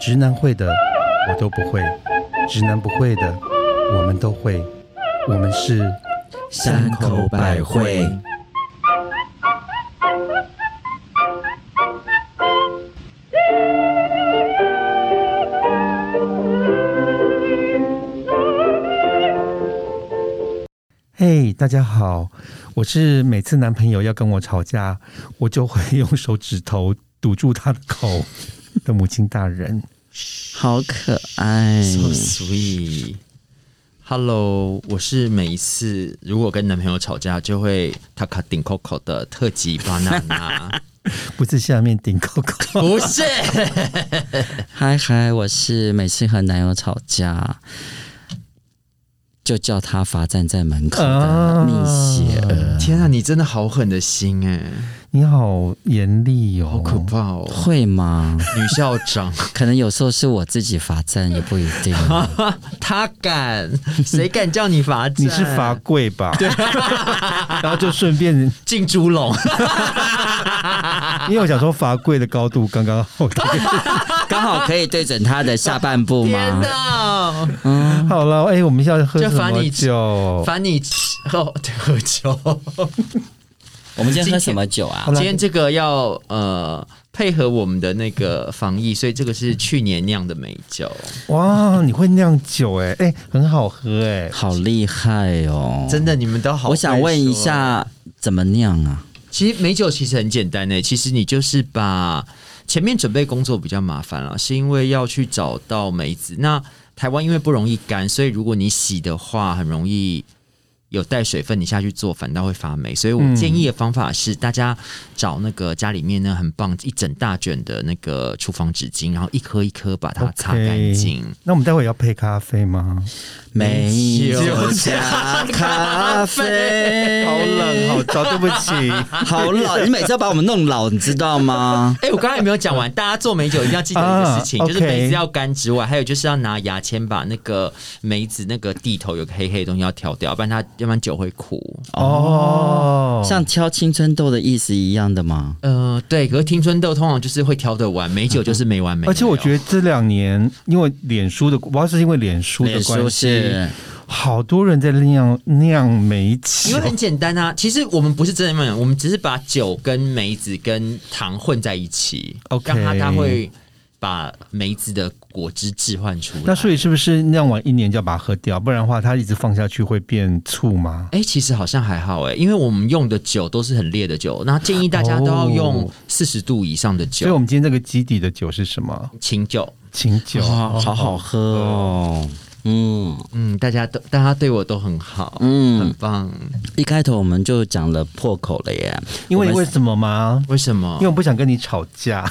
直男会的我都不会，直男不会的我们都会，我们是山口百惠。嘿大家好，我是每次男朋友要跟我吵架，我就会用手指头堵住他的口 的母亲大人。好可爱嗯 So sweet。Hello，我是每一次如果跟男朋友吵架，就会他卡顶 Coco 的特级巴娜 娜，不是下面顶扣扣，不是嗨嗨，我是每次和男友吵架，就叫他罚站在门口的蜜雪儿，天啊，你真的好狠的心哎、你好严厉哦，好可怕哦，会吗？女校长， 可能有时候是我自己罚站，也不一定。他敢，谁敢叫你罚站？你是罚跪吧？ 对，然后就顺便，进猪笼，因为我想说罚跪的高度刚刚好。刚好可以对准他的下半部天吗？哪，好了，哎、我们现在喝就什罚么你酒？罚你吃哦，对喝酒。我们今天喝什么酒啊？今天这个要呃配合我们的那个防疫，所以这个是去年酿的美酒，哇，你会酿酒哎、哎、很好喝哎、好厉害哦！真的你们都好。我想问一，下，怎么酿啊？其实美酒其实很简单诶、其实你就是把前面准备工作比较麻烦了，是因为要去找到梅子。那台湾因为不容易干，所以如果你洗的话，很容易。有带水分，你下去做反倒会发霉，所以我建议的方法是，大家找那个家里面呢很棒一整大卷的那个厨房纸巾，然后一颗一颗把它擦干净。 OK，那我们待会要配咖啡吗？美酒酒加咖啡，好冷，好糟，对不 起。好老，你每次要把我们弄老，你知道吗？ 哎、我刚才没有讲完，大家做美酒一定要记得一个事情，啊就是 OK 梅子要干之外，还有就是要拿牙签把那个梅子那个地头有个黑黑的东西要挑掉，不然它要不然酒会苦。哦，像挑青春痘的意思一样的吗？呃，对，可是青春痘通常就是会挑得完，美酒就是没完没 了。而且我觉得这两年，因为脸书的，我不知道是因为脸书的脸关书系，是好多人在酿酿梅因酒为。很简单啊，其实我们不是真的没有，我们只是把酒跟梅子跟糖混在一起 OK 让它它会把梅子的果汁置换出来。那所以是不是酿完一年就要把它喝掉？不然的话，它一直放下去会变醋吗？哎、其实好像还好哎、因为我们用的酒都是很烈的酒，那建议大家都要用哦四十度以上的所以我酒，们今天这个基底的酒是什么？清酒。清酒。哇，好好喝哦。嗯嗯，大家都大家对我都很好，很嗯，棒。一开头我们就讲了破口了耶，因为我为们什么吗？为什么啊因为？我不想跟你吵 架。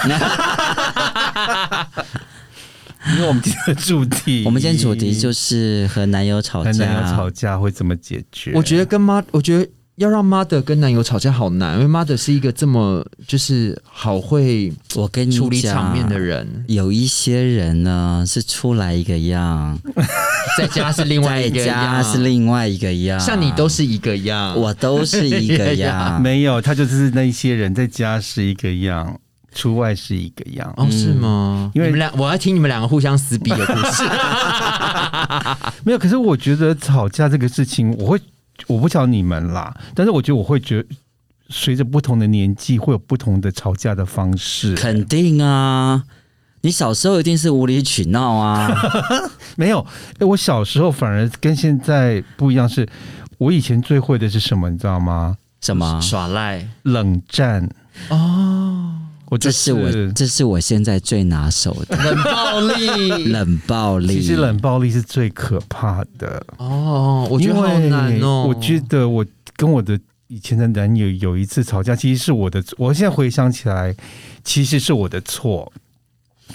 因为我们今天的主题，我们今天主题就是和男友吵跟男友吵架，架会怎么解决？我觉得跟妈，我觉得要让妈的跟男友吵架好难，因为妈的是一个这么就是好会我跟你处理场面的讲。人，有一些人呢是出来一个样， 在家是另在外一个家样，是另外一个样，像你都是一个样。我都是一个 样，没有，他就是那一些人在家是一个样，出外是一个样。哦，是吗？因为你们俩，我要听你们两个互相撕逼的故 事。没有，可是我觉得吵架这个事情，我会我不晓得你们啦，但是我觉得我会觉得，随着不同的年纪，会有不同的吵架的方式。肯定啊！你小时候一定是无理取闹啊！没有，诶我小时候反而跟现在不一样是，我以前最会的是什么，你知道吗？什么？耍赖冷战。哦，我就这是我，这是我现在最拿手 的冷暴力冷暴力。其实冷暴力是最可怕的。哦，我觉得因为好难哦，我觉得我跟我的以前的男友有一次吵架，其实是我的，我现在回想起来，其实是我的错。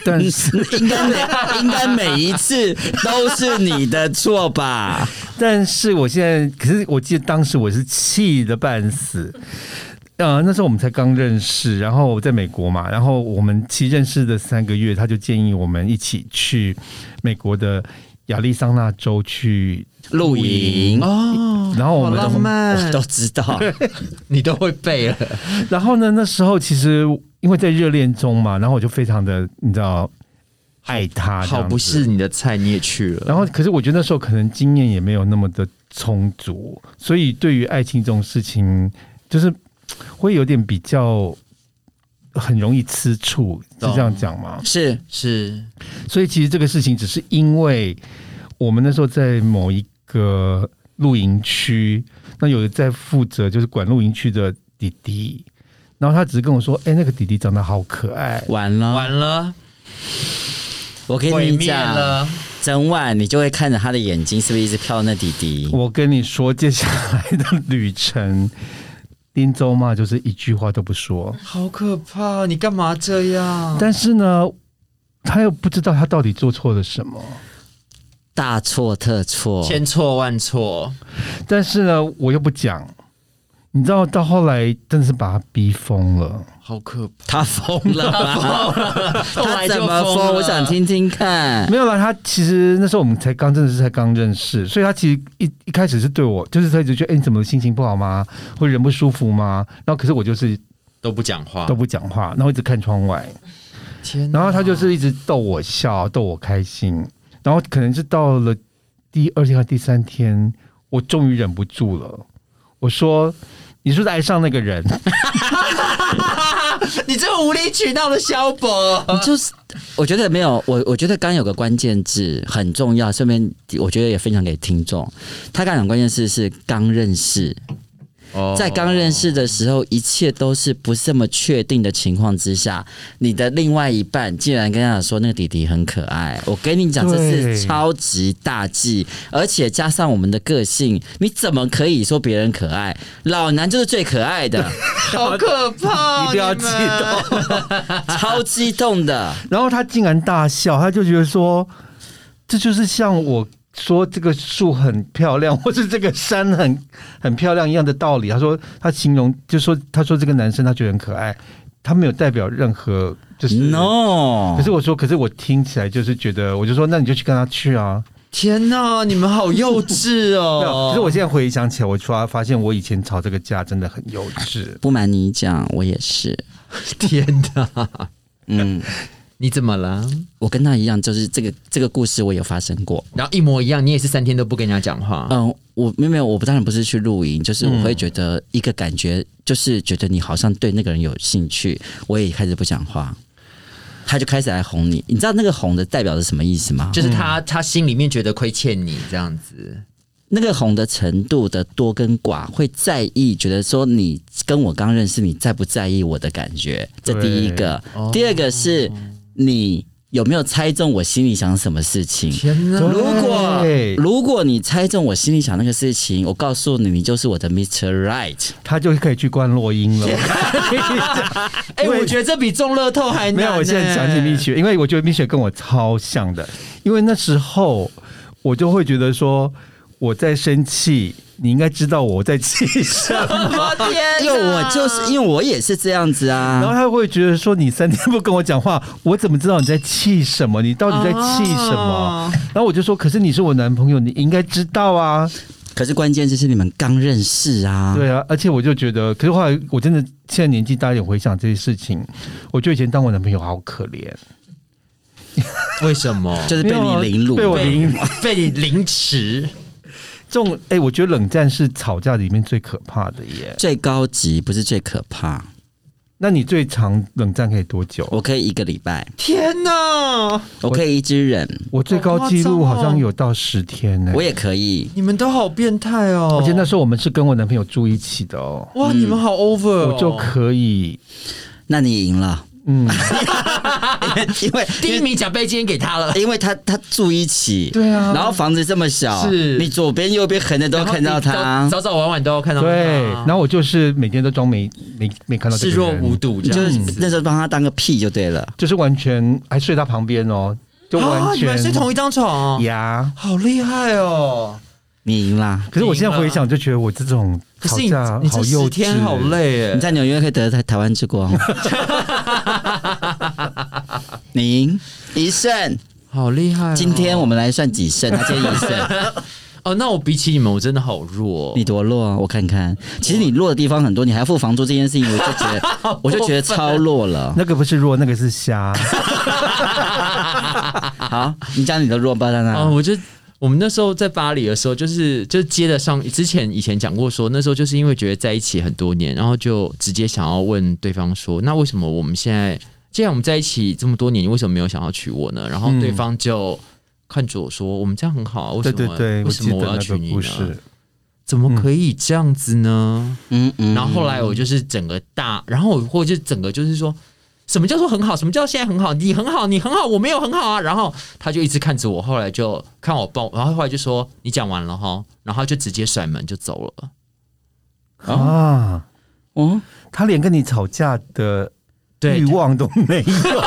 但是，应该每应该每一次都是你的错 吧？但是我现在，可是我记得当时我是气的半死。呃，那时候我们才刚认识，然后我在美国嘛，然后我们其实认识的三个月，他就建议我们一起去美国的亚利桑那州去，露营哦，然后我好们浪我漫都，知道， 你都会背了，然后呢，那时候其实因为在热恋中嘛，然后我就非常的你知道爱他，好不是。你的菜，你也去了。然后，可是我觉得那时候可能经验也没有那么的充足，所以对于爱情这种事情，就是会有点比较很容易吃醋，是这样讲嗯吗？是是所以其实这个事情只是因为我们那时候在某一个露营区，那有在负责就是管露营区的弟弟，然后他只是跟我说：“哎、那个弟弟长得好可爱。完了，完了，我跟毁你灭讲，了。整晚你就会看着他的眼睛，是不是一直瞟那弟” 弟？我跟你说，接下来的旅程， 丁州嘛就是一句话都不说，好可怕！你干嘛这样？但是呢，他又不知道他到底做错了什么。大错特错，千错万错，但是呢，我又不讲。你知道，到后来真的是把他逼疯了。好可怕！他疯了 吧？他怎么后来就疯疯？了我想听听看。没有啦，他其实那时候我们才刚真的是才刚认识，所以他其实一一开始是对我，就是他一直觉得，哎、你怎么心情不好吗？或者人不舒服吗？然后可是我就是都不讲话都，不讲话，然后一直看窗外，天哪！然后他就是一直逗我笑，逗我开心，然后可能是到了第二天和第三天，我终于忍不住了，我说：“你是不是爱上那个人？” 你这个无理取闹的萧伯，你就是，我觉得没有我，我觉得刚有个关键字很重要，顺便我觉得也分享给听众。他刚讲关键字是刚认识，哦哦在刚认识的时候，一切都是不是这么确定的情况之下，你的另外一半竟然跟他讲说那个弟弟很可爱，我跟你讲这对是超级大忌，而且加上我们的个性，你怎么可以说别人可爱？老男就是最可 爱的，好可怕！你不要们激动。超激动的。然后他竟然大笑，他就觉得说，这就是像我说这个树很漂亮，或是这个山很很漂亮一样的道理。他说他形容就说他说这个男生他觉得很可爱，他没有代表任何就是。 No，可是我说，可是我听起来就是觉得，我就说，那你就去跟他去啊。天哪，你们好幼稚 没有哦！可是我现在回想起来，我突然发现我以前吵这个架真的很幼稚。不瞒你讲，我也是， 天哪，嗯，你怎么了？我跟他一样，就是这个这个故事我有发生过。然后一模一样，你也是三天都不跟人家讲话。嗯，我没有没有，我不当然不是去露营，就是我会觉得一个感觉，就是觉得你好像对那个人有兴趣，我也开始不讲话，他就开始来哄你。你知道那个哄的代表是什么意思吗？就是嗯他，他心里面觉得亏欠你这样子，那个哄的程度的多跟寡，会在意，觉得说你跟我刚认识，你在不在意我的感觉？这第一个，第二个是你有没有猜中我心里想什么事情？天哪！如果对如果你猜中我心里想那个事情，我告诉你，你就是我的 Mr. Right。他就可以去关落音了。哎、因为我觉得这比中乐透还难、没有，我现在想起 蜜，雪，因为我觉得蜜雪跟我超像的，因为那时候我就会觉得说我在生气，你应该知道我在气什 么。我天，因为我就是因为我也是这样子然后啊，他会觉得说你三天不跟我讲话，我怎么知道你在气什么？你到底在气什么哦？然后我就说，可是你是我男朋友，你应该知道啊。可是关键就是你们刚认识啊，对啊，而且我就觉得，可是后来我真的现在年纪大一点，回想这些事情，我觉得以前当我男朋友好可怜，啊为什么就是被你凌辱，被我被凌被你凌迟？这种哎、我觉得冷战是吵架里面最可怕的耶。最高级不是最可怕，那你最长冷战可以多久？我可以一个礼拜，天哪！我可以一直忍，我最高纪录好像有到十天呢、我也可以。你们都好变态哦！而且那时候我们是跟我男朋友住一起的哦，哇，你们好 over，、哦、我就可以，那你赢了，嗯， 因为第一名奖杯今天给他了。因为他他住一起，对啊然后房子这么小，是你左边右边横的都要看到然后你他早，早晚晚都要看到他，啊对。然后我就是每天都装没没没看到这视个若人，无睹这就样是子。那时候帮他当个屁就对了。就是完全还睡他旁边哦，就啊，完你全们睡同一张床，呀。好厉害哦！你赢啦！可是我现在回想就觉得我这种可吵是你架你好这幼稚十天，好累哎你，在纽约可以得台台湾之光， 你赢一胜。好厉害哦！今天我们来算几胜，他今天一胜，哦，那我比起你们，我真的好弱。你多弱啊？我看看，其实你弱的地方很多，你还要付房租这件事情，我就觉啊得我就觉得超弱了。那个不是弱，那个是瞎。好，你讲你的弱爆在啊、哪？我就我们那时候在巴黎的时候，就是就接得上之前以前讲过说，那时候就是因为觉得在一起很多年，然后就直接想要问对方说，那为什么我们现在既然我们在一起这么多年，你为什么没有想要娶我呢？然后嗯对方就看着我说，我们这样很好 啊，为对什么对对，为我什记么得我要那娶个你故呢？事，嗯怎么可以这样子呢？嗯嗯然后后来我就是整个大，然后我或者就整个就是说，什么叫做很好，什么叫现在很好，你很好，你很好，我没有很好啊。然后他就一直看着我，后来就看我抱，然后后来就说你讲完了哈，然后他就直接甩门就走了。啊，哦，他连跟你吵架的对欲望都没有，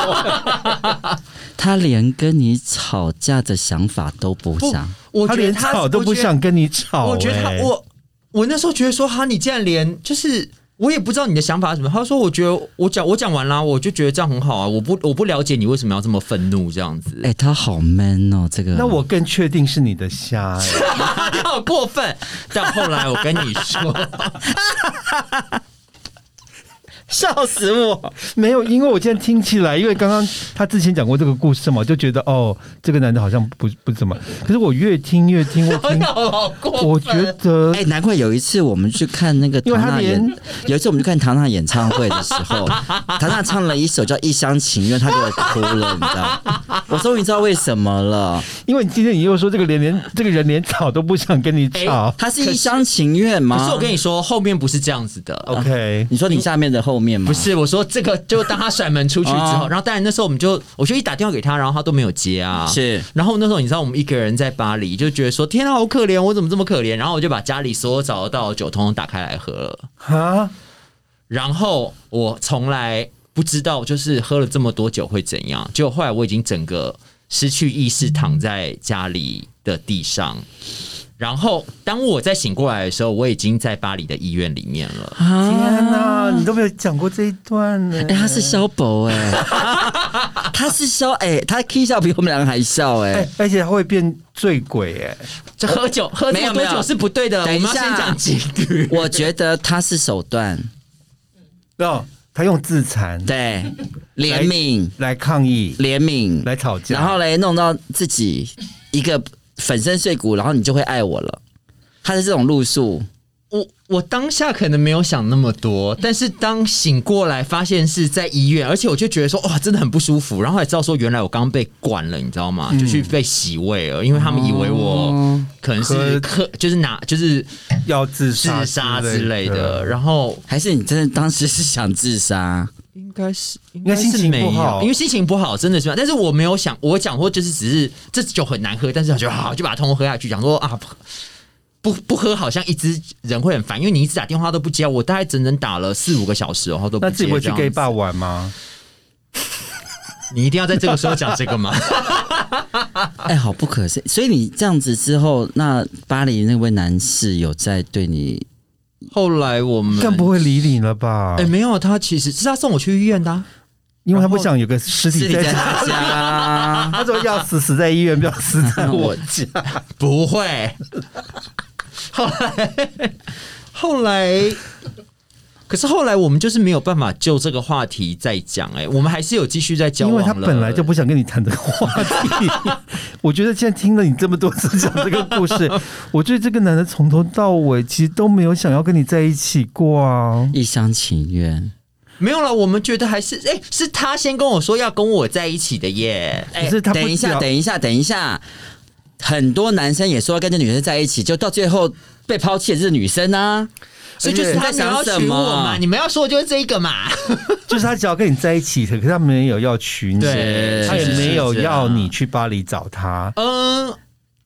他连跟你吵架的想法都不不想，我他觉得连他吵都不，想跟你吵、我觉得我觉哎得他我我那时候觉得说哈，你竟然连就是。我也不知道你的想法是什么。他说：“我觉得我讲我讲完啦，我就觉得这样很好啊。我不我不了解你为什么要这么愤怒这样子。 哎、他好 man 哦，这个。那我更确定是你的虾、哎 你好过分！但后来我跟你说， 笑死我！没有，因为我现在听起来，因为刚刚他之前讲过这个故事嘛，我就觉得哦，这个男的好像不不怎么。可是我越听越听， 我听，好过啊我觉得哎、难怪有一次我们去看那个因为唐他娜连演，有一次我们去看唐娜演唱会的时候，唐娜唱了一首叫《一厢情愿》，她给我哭了，你知道？我终于知道为什么了。因为你今天你又说这个连连这个人连吵都不想跟你吵、他是一厢情愿吗？啊可是我跟你说，后面不是这样子的。 o k 你说你下面的后面吗？不，是，我说这个就当他甩门出去之后，哦然后当然那时候我们就，我就一打电话给他，然后他都没有接啊。是然后那时候你知道我们一个人在巴黎，就觉得说天啊，好可怜，我怎么这么可怜？然后我就把家里所有找得到的酒通通打开来喝了。啊，然后我从来不知道，就是喝了这么多酒会怎样。结果后来我已经整个失去意识，躺在家里的地上。然后当我再醒过来的时候，我已经在巴黎的医院里面了。天哪、你都没有讲过这一段呢、哎、他是肖博哎、他是肖哎、他 K 笑比我们两个还笑哎、哎、而且他会变醉鬼哎、这喝酒喝这没有么多没有酒是不对的，我等一们下要先讲纪律。我觉得他是手段，哦，他用自残对，怜悯来抗议，怜悯，来吵架，然后嘞弄到自己一个粉身碎骨，然后你就会爱我了。他是这种路数， 我我当下可能没有想那么多，但是当醒过来发现是在医院，而且我就觉得说哦哇，真的很不舒服。然后才知道说原来我刚刚被灌了，你知道吗？就去被洗胃了，因为他们以为我哦可能是喝喝，就是拿就是要自杀自杀之类的。。然后还是你真的当时是想自杀？应该是应该心情不好因为心情不好真的是没有，但是我没有想，我讲过就是只是这酒很难喝，但是我觉得好就把它通通喝下去，讲说啊。不不喝好像一直人会很烦，因为你一直打电话都不接，我大概整整打了四五个小时，然后都不那接。自己会去这 gay 样子 bar 玩吗？你一定要在这个时候讲这个吗？ 哎，好不可思议！所以你这样子之后，那巴黎那位男士有在对你后来我们更不会理你了吧？哎、没有，他其实是他送我去医院的啊、因为他不想有个尸是体你在家。在 他家？他说要死死在医院，不要死在我家。不会。后来， 后来，可是后来我们就是没有办法就这个话题再讲。哎，我们还是有继续在交因往为了。他本来就不想跟你谈这个话题。 我觉得现在听了你这么多次讲这个故事， 我对这个男的从头到尾其实都没有想要跟你在一起过啊。一厢情愿，没有了。我们觉得还是哎、是他先跟我说要跟我在一起的耶。可是他不等一下，讲等一下，等一下，很多男生也说要跟这女生在一起，就到最后被抛弃的是女生啊。所以就是你他在哎想要想什娶我嘛，么？你们要说的就是这个嘛。就是他只要跟你在一起，可是他没有要娶你，对他也是是没有是啊要你去巴黎找他。嗯，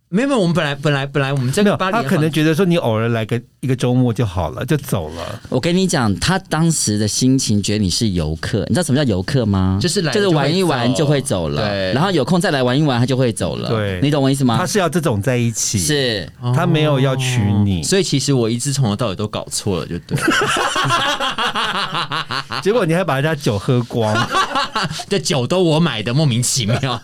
没有没有，我们本来本来本来我们这没个有，巴黎他可很能觉得说你偶尔来个一个周末就好了，就走了。我跟你讲，他当时的心情觉得你是游客，你知道什么叫游客吗？就是来就是就会玩一玩走就会走了，对然后有空再来玩一玩，他就会走了。对你懂我意思吗他？是要这种在一起，是他没有要娶你，所以其实我一直从头到尾都搞错了，就对了。结果你还把人家酒喝光。 这酒都我买的，莫名其妙。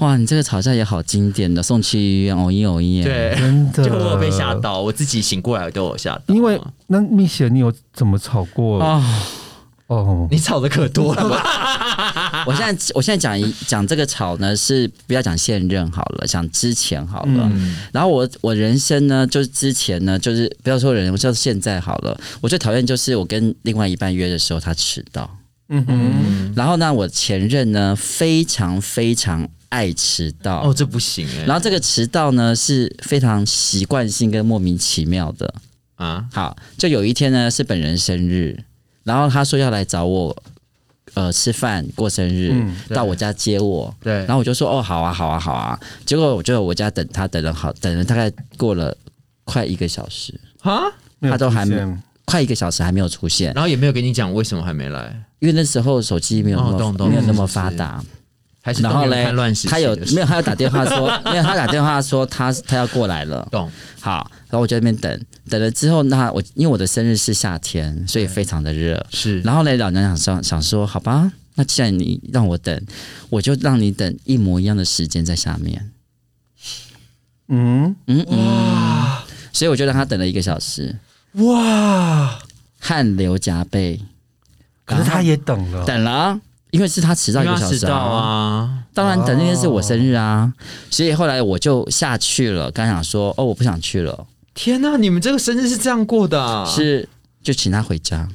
哇，你这个吵架也好经典的，送去医院，哦一哦一。，对，真的嗯就我有被吓到，我自己醒过来都有吓到。因为那蜜雪，你有怎么吵过？哦，哦， 你吵的可多了吧？我现在我现在讲一讲这个吵呢，是不要讲现任好了，讲之前好了。嗯然后我我人生呢，就是之前呢，就是不要说人，我就现在好了。我最讨厌就是我跟另外一半约的时候他迟到。嗯哼，然后呢，我前任呢非常非常爱迟到。哦，这不行哎、然后这个迟到呢是非常习惯性跟莫名其妙的。啊，好，就有一天呢是本人生日，然后他说要来找我，呃，吃饭过生日，嗯对到我家接我。对然，后我就说哦，好啊，好啊，好啊。结果我就在我家等他，等了好，等了大概过了快一个小时，啊，没有他都还出没现快一个小时还没有出现，然后也没有跟你讲为什么还没来，因为那时候手机没有那哦懂么、懂没有那懂么是发是达。还是然后动员嘞叛乱时，期他有的没事有？他有打电话说，没有他打电话说他他要过来了。懂？好，然后我就在那边等，等了之后，那我因为我的生日是夏天，所以非常的热。是，然后呢，老娘想说想说，好吧，那既然你让我等，我就让你等一模一样的时间在下面。嗯，嗯嗯，所以我就让他等了一个小时，哇，汗流浃背，可是他也等了，等了啊，因为是他迟到一因个为小他迟时啊到啊，当然，等那天是我生日啊，所以后来我就下去了。刚想说，哦，我不想去了，天哪、你们这个生日是这样过的、啊？，是就请他回家。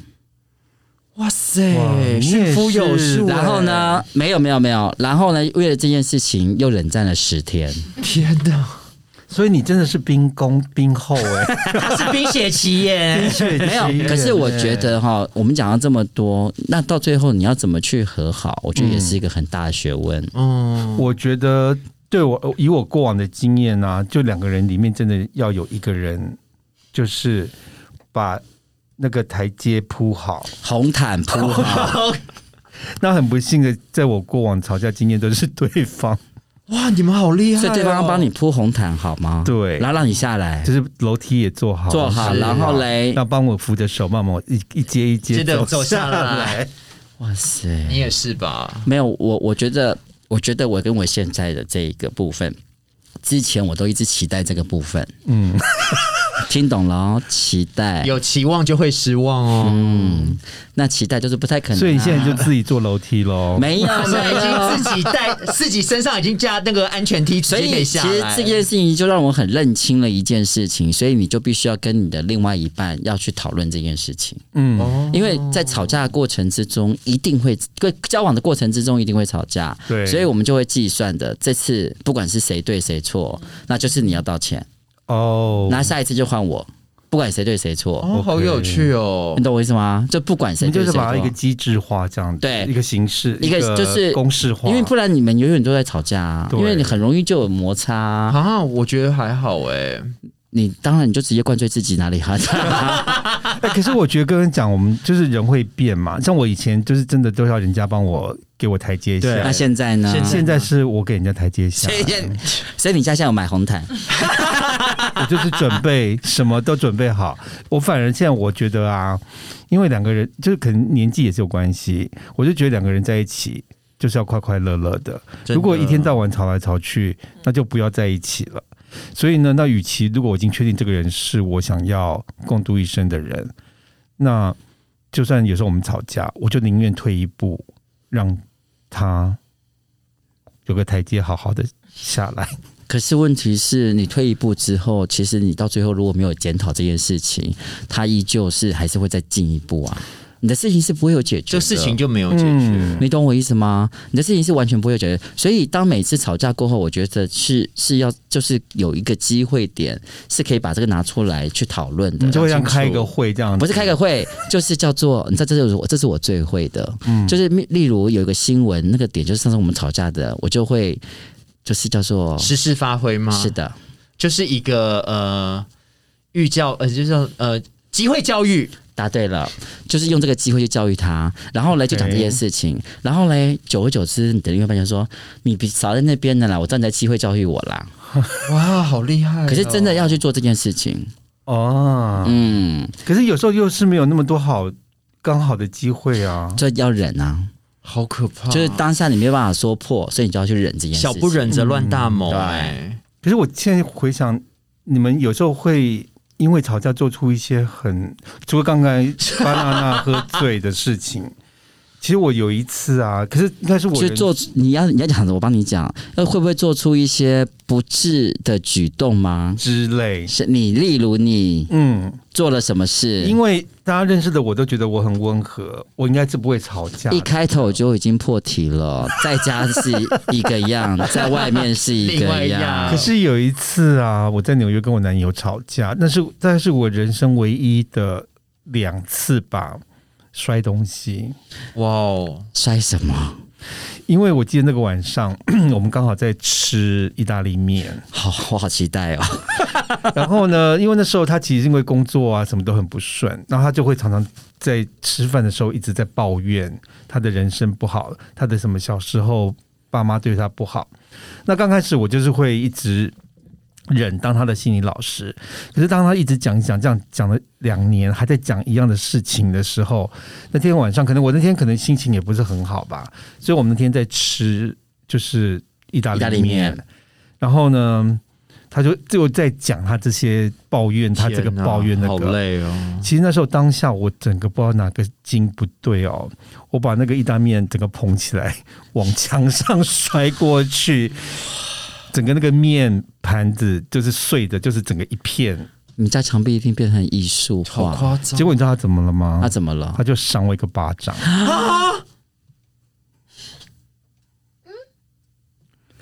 哇塞哇你，也驯服有是术、欸对然后呢，没有没有没有，然后呢，为了这件事情又冷战了十天。哎？天哪，所以你真的是冰宫冰后哎，他是冰雪奇耶， 没没有，可是我觉得哈，我们讲到这么多，那到最后你要怎么去和好？我觉得也是一个很大的学问。 哦，我觉得对我以我过往的经验啊，就两个人里面真的要有一个人，就是把那个台阶铺好。红毯铺好，那很不幸的，在我过往吵架经验都是对 方，哇，你们好厉害、哦，所以对方要帮你铺红毯好吗？对然后让你下来就是楼梯也做好，坐好，是然后嘞，那帮我扶着手，慢慢我一一阶一阶真的走走下来来。哇塞，你也是吧？没有，我我觉得，我觉得我跟我现在的这一个部分，之前我都一直期待这个部分，嗯， 听懂了哦，期待。有期望就会失望哦。嗯，那期待就是不太可能啊、所以你现在就自己坐楼梯喽。没有 现在没有已。经自己带自己身上已经加那个安全梯，直所接可以其下实来。这件事情就让我很认清了一件事情，所以你就必须要跟你的另外一半要去讨论这件事情，嗯，哦因为在吵架的过程之中一定会，对交往的过程之中一定会吵架，对所以我们就会计算的，这次不管是谁对谁错，那就是你要道歉。哦，那下一次就换我，不管谁对谁错，哦，好有趣哦你。懂我意思吗？就不管我谁们对就是谁把它一个错，机制化这样子，对一个形式，一个就是公式化，因为不然你们永远都在吵架、啊，对因为你很容易就有摩擦啊、啊，我觉得还好哎，你当然你就直接灌醉自己 哪里哈、哎、可是我觉得跟你讲，我们就是人会变嘛。像我以前就是真的都要人家帮我给我台阶下，那现在呢？现在是我给人家台阶下，所以你家现在有买红毯，我就是准备什么都准备好。我反而现在我觉得啊，因为两个人就是可能年纪也是有关系，我就觉得两个人在一起就是要快快乐乐的。嗯真的如果一天到晚吵来吵去，那就不要在一起了。所以呢，那与其如果我已经确定这个人是我想要共度一生的人，那就算有时候我们吵架，我就宁愿退一步，让他有个台阶好好的下来。可是问题是你退一步之后，其实你到最后如果没有检讨这件事情，它依旧是还是会再进一步啊。你的事情是不会有解决这的，事情就没有解决。你懂我意思吗？你的事情是完全不会解决，所以当每次吵架过后，我觉得是是要就是有一个机会点，是可以把这个拿出来去讨论我们就的。会像开一个会这样子，不是开个会，就是叫做你知道，这是我这是我最会的，嗯就是例如有一个新闻，那个点就是上次我们吵架的，我就会就是叫做实事发挥吗？是，的，就是一个呃寓教呃，就是呃机会教育。答对了，就是用这个机会去教育他，然后嘞就讲这件事情，然后嘞久而久之，你的另外一半就说你比少在那边的啦，我知道你在机会教育我啦，哇，好厉害哦！可是真的要去做这件事情，哦。嗯，可是有时候又是没有那么多好刚好的机会啊。这要忍啊，好可怕，就是当下你没有办法说破，所以你就要去忍这件事情。哦小不忍则乱大嗯谋对哎。可是我现在回想，你们有时候会因为 吵架做出一些很，除了刚才巴娜娜喝醉的事情，其实我有一次啊，可是但是我就人做你要你要讲的，我帮你讲，那会不会做出一些不智的举动吗？之类，是你，例如你嗯，做了什么事？因为大家认识的我都觉得我很温和，我应该是不会吵架的。一开头就已经破题了， 在家是一个样， 在外面是一另外个一样样可。是有一次啊，我在纽约跟我男友吵架，那是那是我人生唯一的两次吧，摔东西。哇哦，摔什么？因为我记得那个晚上， 我们刚好在吃意大利面，好，我好期待哦！然后呢，因为那时候他其实因为工作啊什么都很不顺，然后他就会常常在吃饭的时候一直在抱怨他的人生不好，他的什么小时候爸妈对他不好。那刚开始我就是会一直忍当他的心理老师，可是当他一直讲一讲这样讲了两年，还在讲一样的事情的时候，那天晚上可能我那天可能心情也不是很好吧，所以我们那天在吃就是意大意大利利面面，然后呢，他就就在讲他这些抱怨，他这个天哪抱怨那好个。累哦，其实那时候当下我整个不知道哪个筋不对哦，我把那个意大利面整个捧起来往墙上摔过 去，整个那个面盘子就是碎的，就是整个一片。你家墙壁一定变成艺术好化。夸张。结果你知道他怎么了吗？啊那怎么了他？就赏我一个巴掌。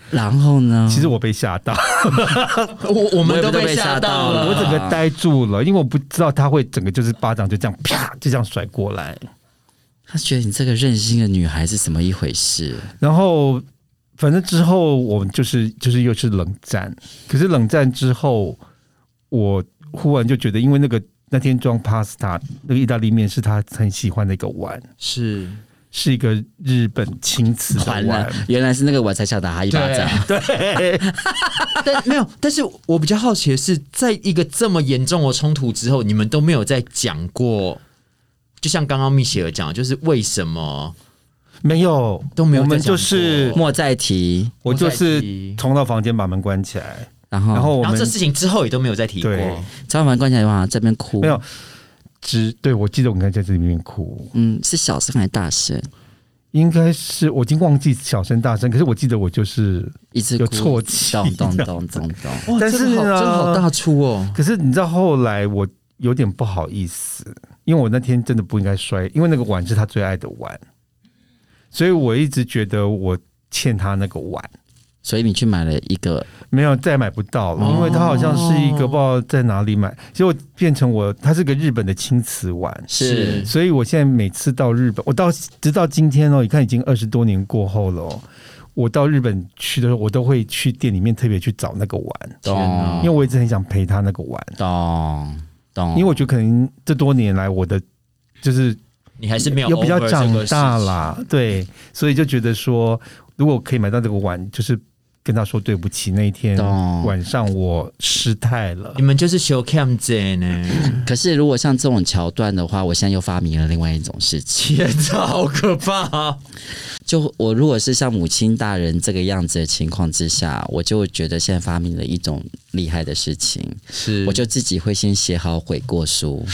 然后呢？其实我被吓到，我我我们也都被被吓吓到到了了，我整个呆住了，因为我不知道他会整个就是巴掌就这样啪就这样甩过来。他觉得你这个任性的女孩是怎么一回事？然后反正之后我们就是就是又是冷战，可是冷战之后，我忽然就觉得，因为那个那天装 pasta 那个意大利面是他很喜欢的一个碗，是是一个日本青瓷完的了碗。，原来是那个我才想打他一巴掌。但没有，但是我比较好奇的是，在一个这么严重的冲突之后，你们都没有再讲过，就像刚刚蜜雪儿讲的，就是为什么没有都没有我们再讲就是 过莫再提，我就莫再是提冲到房间把门关起来，然后然后我哦然后们这事情之后也都没有再提过。对张凡关起来往这边哭没。有。只对我记得我们在这里面哭，嗯，是小声还是大声？应该是我已经忘记小声大声，可是我记得我就是一直有啜哭泣咚咚咚咚 咚。哇，但是这个好呢真的好大出哦，可是你知道后来我有点不好意思，因为我那天真的不应该摔，因为那个碗是他最爱的碗，所以我一直觉得我欠他那个碗，所以你去买了一个，没有再买不到了，因为他好像是一个不知道在哪里买，结果变成我，它是个日本的青瓷碗。是所以我现在每次到日本，我到直到今天哦，你看已经二十多年过后了、哦，我到日本去的时候，我都会去店里面特别去找那个碗，哦因为咚我一直很想陪他那个碗。咚咚，因为我觉得可能这多年来我的就是你还是没有有比较 over 长这个事情大。啦，对，所以就觉得说，如果可以买到这个碗，就是跟他说对不起，那一天懂晚上我失态了你。们就是修 cam 姐呢，可是如果像这种桥段的话，我现在又发明了另外一种事情。天哪，好可怕、啊！就我如果是像母亲大人这个样子的情况之下，我就觉得现在发明了一种厉害的事情，是我就自己会先写好悔过书，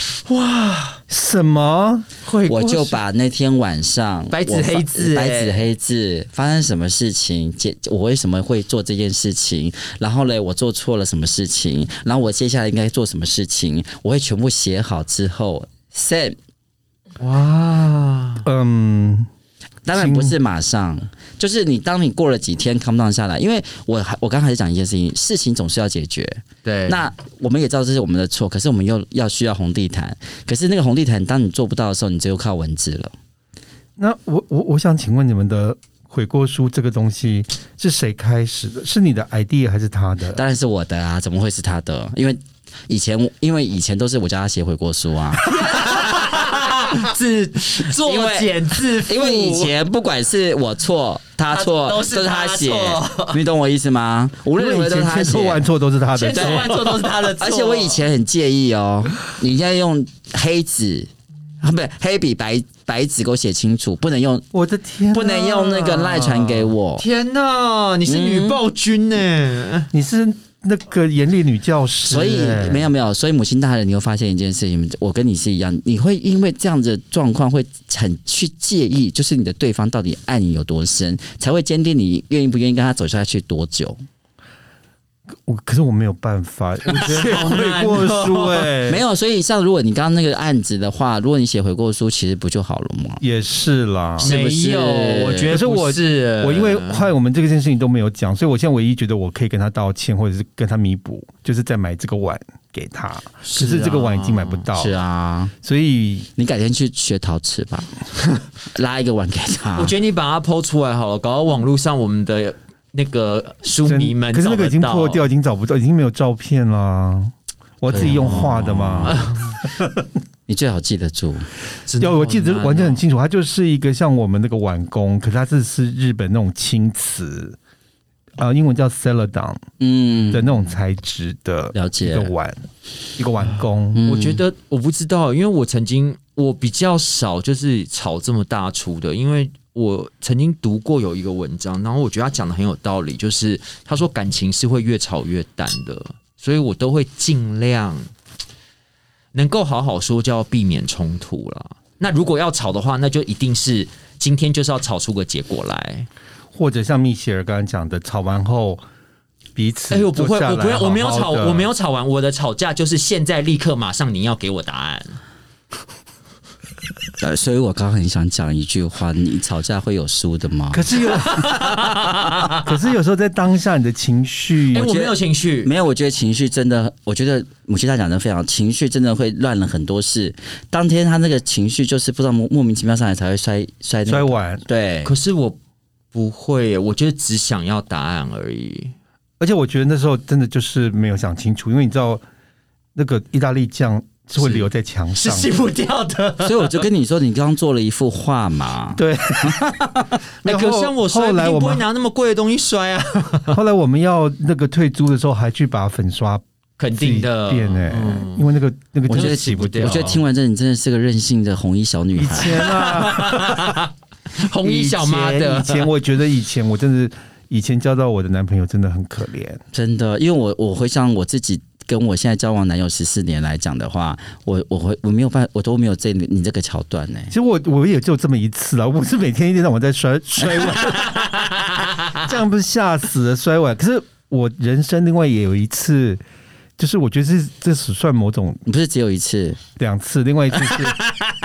什么？会我就把那天晚上白纸我发黑字白纸欸黑字发生什么事情，接我为什么会做这件事情，然后嘞我做错了什么事情，然后我接下来应该做什么事情，我会全部写好之后 send。哇，嗯，当然不是马上，就是你当你过了几天 calm down 下来，因为我还我刚才讲一件事情，事情总是要解决。对，那我们也知道这是我们的错，可是我们又要需要红地毯，可是那个红地毯，当你做不到的时候，你只有靠文字了。那我我我想请问你们的悔过书这个东西是谁开始的？是你的 idea 还是他的？当然是我的啊，怎么会是他的？因为以前我因为以前都是我叫他写悔过书 啊，自作因为茧自缚，因为以前不管是我错他错他都是是他他写错，你懂我意思吗？无因论为如何以都是前他千错写万。错都是他的千，错万错都是他的 错。而且我以前很介意哦，你现在用黑纸啊，不是黑笔白白纸给我写清楚，不能用我的天、不能用那个赖传给。我。天哪，你是女暴君呢、你是那个严厉女教师、所以哎没有没有，所以母亲大人，你会发现一件事情，我跟你是一样，你会因为这样的状况会很去介意，就是你的对方到底爱你有多深，才会坚定你愿意不愿意跟他走下去多久。我可是我没有办法，我觉得悔过书哎、没有，所以像如果你刚刚那个案子的话，如果你写悔过书，其实不就好了吗？也是啦。是不是没有，我觉得可是我不是我因为后来我们这个件事情都没有讲，所以我现在唯一觉得我可以跟他道歉，或者是跟他弥补，就是再买这个碗给他。是啊可是这个碗已经买不到，是啊，所以你改天去学陶瓷吧， 拉一个碗给他。我觉得你把它剖出来好了，搞到网络上我们的那个书真迷们可是那个已经找得到破掉，已经找不到，已经没有照片啦。我自己用画的哦嘛，你最好记得住，真的 要好我记得难哦完全很清楚，它就是一个像我们那个碗工，可是它这是日本那种青瓷，啊、英文叫 celadon 嗯的，那种材质的了一解个。碗，一个碗工。嗯我觉得我不知道，因为我曾经我比较少就是炒这么大出的，因为我曾经读过有一个文章，然后我觉得他讲的很有道理，就是他说感情是会越炒越淡的，所以我都会尽量能够好好说，就要避免冲突啦。那如果要吵的话，那就一定是今天就是要吵出个结果来。或者像蜜雪儿刚刚讲的，吵完后彼此哎、我不坐会，下来我不会，我没有吵，好好地我没有吵完，我的吵架就是现在立刻马上你要给我答案。呃所以我刚刚很想讲一句话：你吵架会有输的吗？可是有， 可是有时候在当下，你的情绪哎、我觉得没有情绪，没有，我觉得情绪真的，我觉得母亲大讲的非常好，情绪真的会乱了很多事。当天他那个情绪就是不知道莫莫名其妙上来才会摔摔、那个摔碗，对，可是我不会耶，我就是只想要答案而已。而且我觉得那时候真的就是没有想清楚，因为你知道那个意大利酱是会留在墙是上 洗的。不掉的。所以我就跟你说，你刚刚做了一幅画嘛，对，哎、然可后是像我摔，后一来定我不会们拿那么贵的东西摔啊，后来我们要那个退租的时候，还去把粉刷肯自己定的。变哎、嗯因为那个那个我真觉的得洗不掉。我觉得听完这，你真的是个任性的红衣小女以孩。前啊，红衣小妈以前以的，前我觉得以前我真的是以前交到我的男朋友真的很可 怜。真的，因为我我会像我自己跟我现在交往男友十四年来讲的话，我我会我没有办，我都没有这你这个桥段呢、其实我我也就这么一次了，我不是每天一天到晚在 摔摔碗，这样不是吓死了摔碗。可是我人生另外也有一次，就是我觉得这这只算某种你不是只有一次，两次，另外一次 是，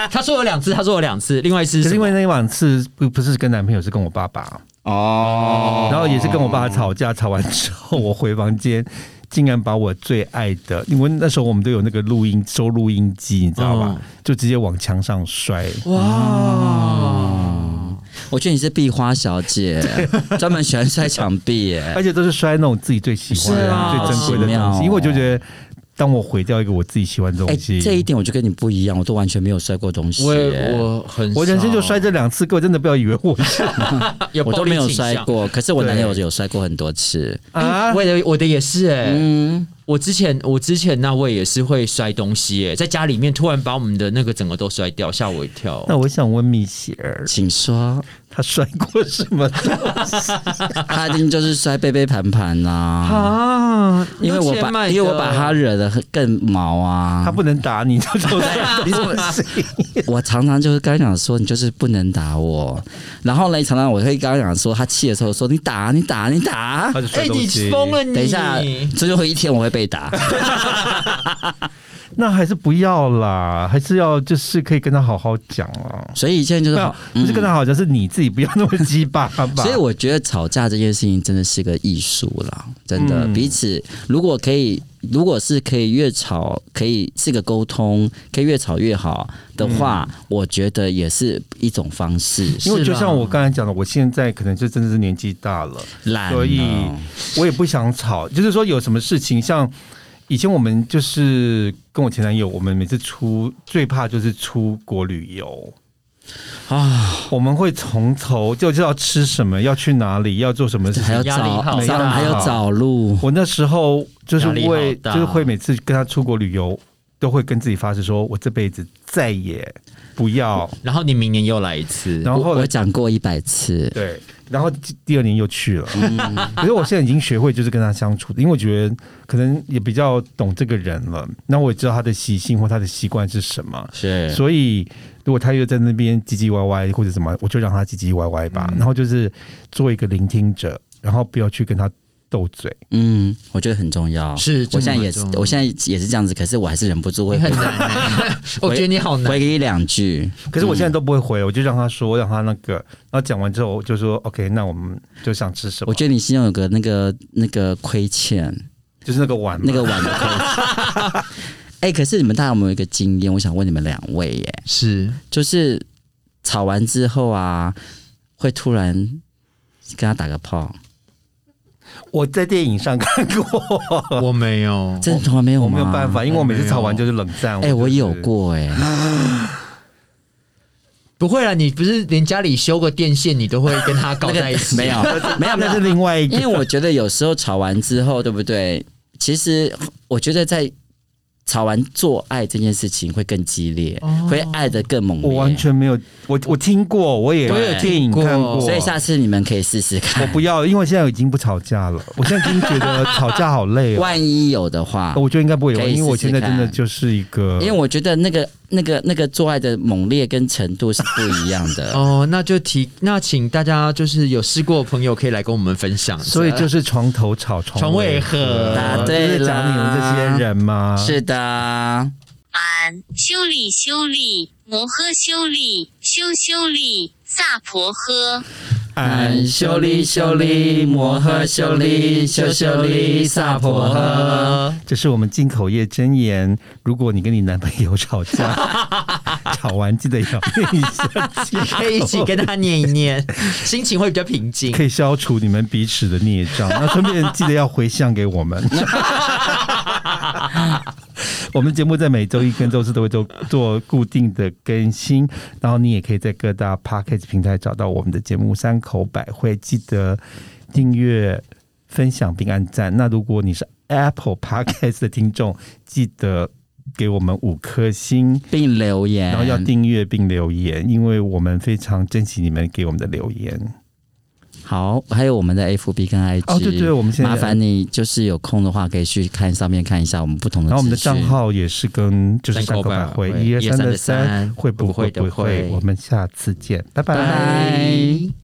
他说有两次，他说有两次，另外一次可是是什因么为那一晚次不不是跟男朋友，是跟我爸爸，哦然后也是跟我爸吵架，吵完之后我回房间。竟然把我最爱的，因为那时候我们都有那个录音收录音机，你知道吧？嗯就直接往墙上摔。哇，我觉得你是壁花小 姐，专门喜欢摔墙壁耶、而且都是摔那种自己最喜欢是的、啊最珍贵的好东奇妙西，哦因为我就觉得，当我毁掉一个我自己喜欢的哎、东西，这一点我就跟你不一样，我都完全没有摔过东西我耶、也我很我人生就摔着，这两次，各位真的不要以为我是有我暴都力没有倾摔向。过，可是我男友对有摔过很多次。啊啊，我的我的也是哎、嗯，我之前我之前那位也是会摔东西哎、在家里面突然把我们的那个整个都摔掉，吓我一跳。那我想问米歇尔，请 说，他摔过什么？他一定就是摔杯杯盘盘啦、啊，因为我用钱把买因为我的把他惹得很更毛啊。他不能打你， 他说你怎么是我常常就是刚讲说你就是不能打我，然后呢，常常我会刚讲说他气的时候说你打你打你打，他就哎、摔东你西。疯了你！等一下这就会一天我会被 打，那还是不要啦，还是要就是可以跟他好好讲啊。所以现在就不是要好不是跟他好讲，是你自己不要那么鸡巴吧。所以我觉得吵架这件事情真的是个艺术啦，真的、嗯彼此如果可以，如果是可以越吵，可以是个沟通，可以越吵越好的话，嗯我觉得也是一种方式。因为是就啦像我刚才讲的，我现在可能就真的是年纪大了。懒、哦，所以我也不想吵，就是说有什么事情，像以前我们就是跟我前男友，我们每次出最怕就是出国旅游啊，我们会从头就知道吃什么，要去哪里，要做什么事还情要。压力好找大找还要找路，我那时候就是压力好会大就是会每次跟他出国旅游，都会跟自己发誓说，我这辈子再也不要。然后你明年又来一次，然后后我来我讲过一百次，对，然后第二年又去了。嗯可是我现在已经学会就是跟他相处的，因为我觉得可能也比较懂这个人了，那我也知道他的习性或他的习惯是什么，是所以如果他又在那边唧唧歪歪或者什么，我就让他唧唧歪歪嗯吧，然后就是做一个聆听者，然后不要去跟他斗嘴。嗯，我觉得很重要。是我现在也是真的很重，要我现在也是这样子，可是我还是忍不住会很难，欸 我觉得你好难回。个一两句。可是我现在都不会回，我就让他说，让他那个，然后讲完之后我就说 OK，那我们就想吃什么我，觉得你心中有个那个那个亏哦欠，就是那个碗嘛那个碗的亏欠。 哎、可是你们大家有没有一个经验？我想问你们两位耶，是就是吵完之后啊，会突然跟他打个炮，我在电影上看过，我没有，真的从来没有我吗？没有办法，因为我每次吵完就是冷战。哎、我有，过哎、不会啦，你不是连家里修个电线，你都会跟他搞在一起？没有，没有，没那有是，另外一 因为个。我觉得有时候吵完之后，对不对？其实我觉得在吵完做爱这件事情会更激烈，会爱的更猛烈。我完，全没有，我我听过，我也我也电影听过看过，所以下次你们可以试试我看。不要，因为现在已经不吵架了。我现在真觉得吵架好累哦，万一有的话，我觉得应该不会有，可以试试因为我现在真的就是一个因为我觉得那个、那个、那个做爱的猛烈跟程度是不一样 的。哦，那就提那请大家就是有试过的朋友可以来跟我们分 享。啊所以就是床头吵，床尾尾和答就对是讲你们这些人嘛。是的，俺修理修理摩诃修理修修理萨婆诃。哎，修理修理摩诃修理修修理萨婆诃。这是我们进口业真言。如果你跟你男朋友吵 架，吵完记得要念一下经，可以一起跟他念一念，心情会比较平静。可以消除你们彼此的孽障。 那顺便记得要回向给我们。 我们节目在每周一跟周四都会做做固定的更新，然后你也可以在各大 p o c k e t 平台找到我们的节目《山口百惠》，记得订阅、分享并按赞。那如果你是 Apple Podcast 的听众，记得给我们五颗星，并留言，然后要订阅并留言，因为我们非常珍惜你们给我们的留言。好，还有我们的 FB 跟 IG，哦对对我们现在麻烦你就是有空的话可以去看上面看一下我们不同的资讯。然后我们的账号也是跟就是山山口口百百惠惠一二三的三123会不会会不不会会？我们下次见，拜拜拜拜。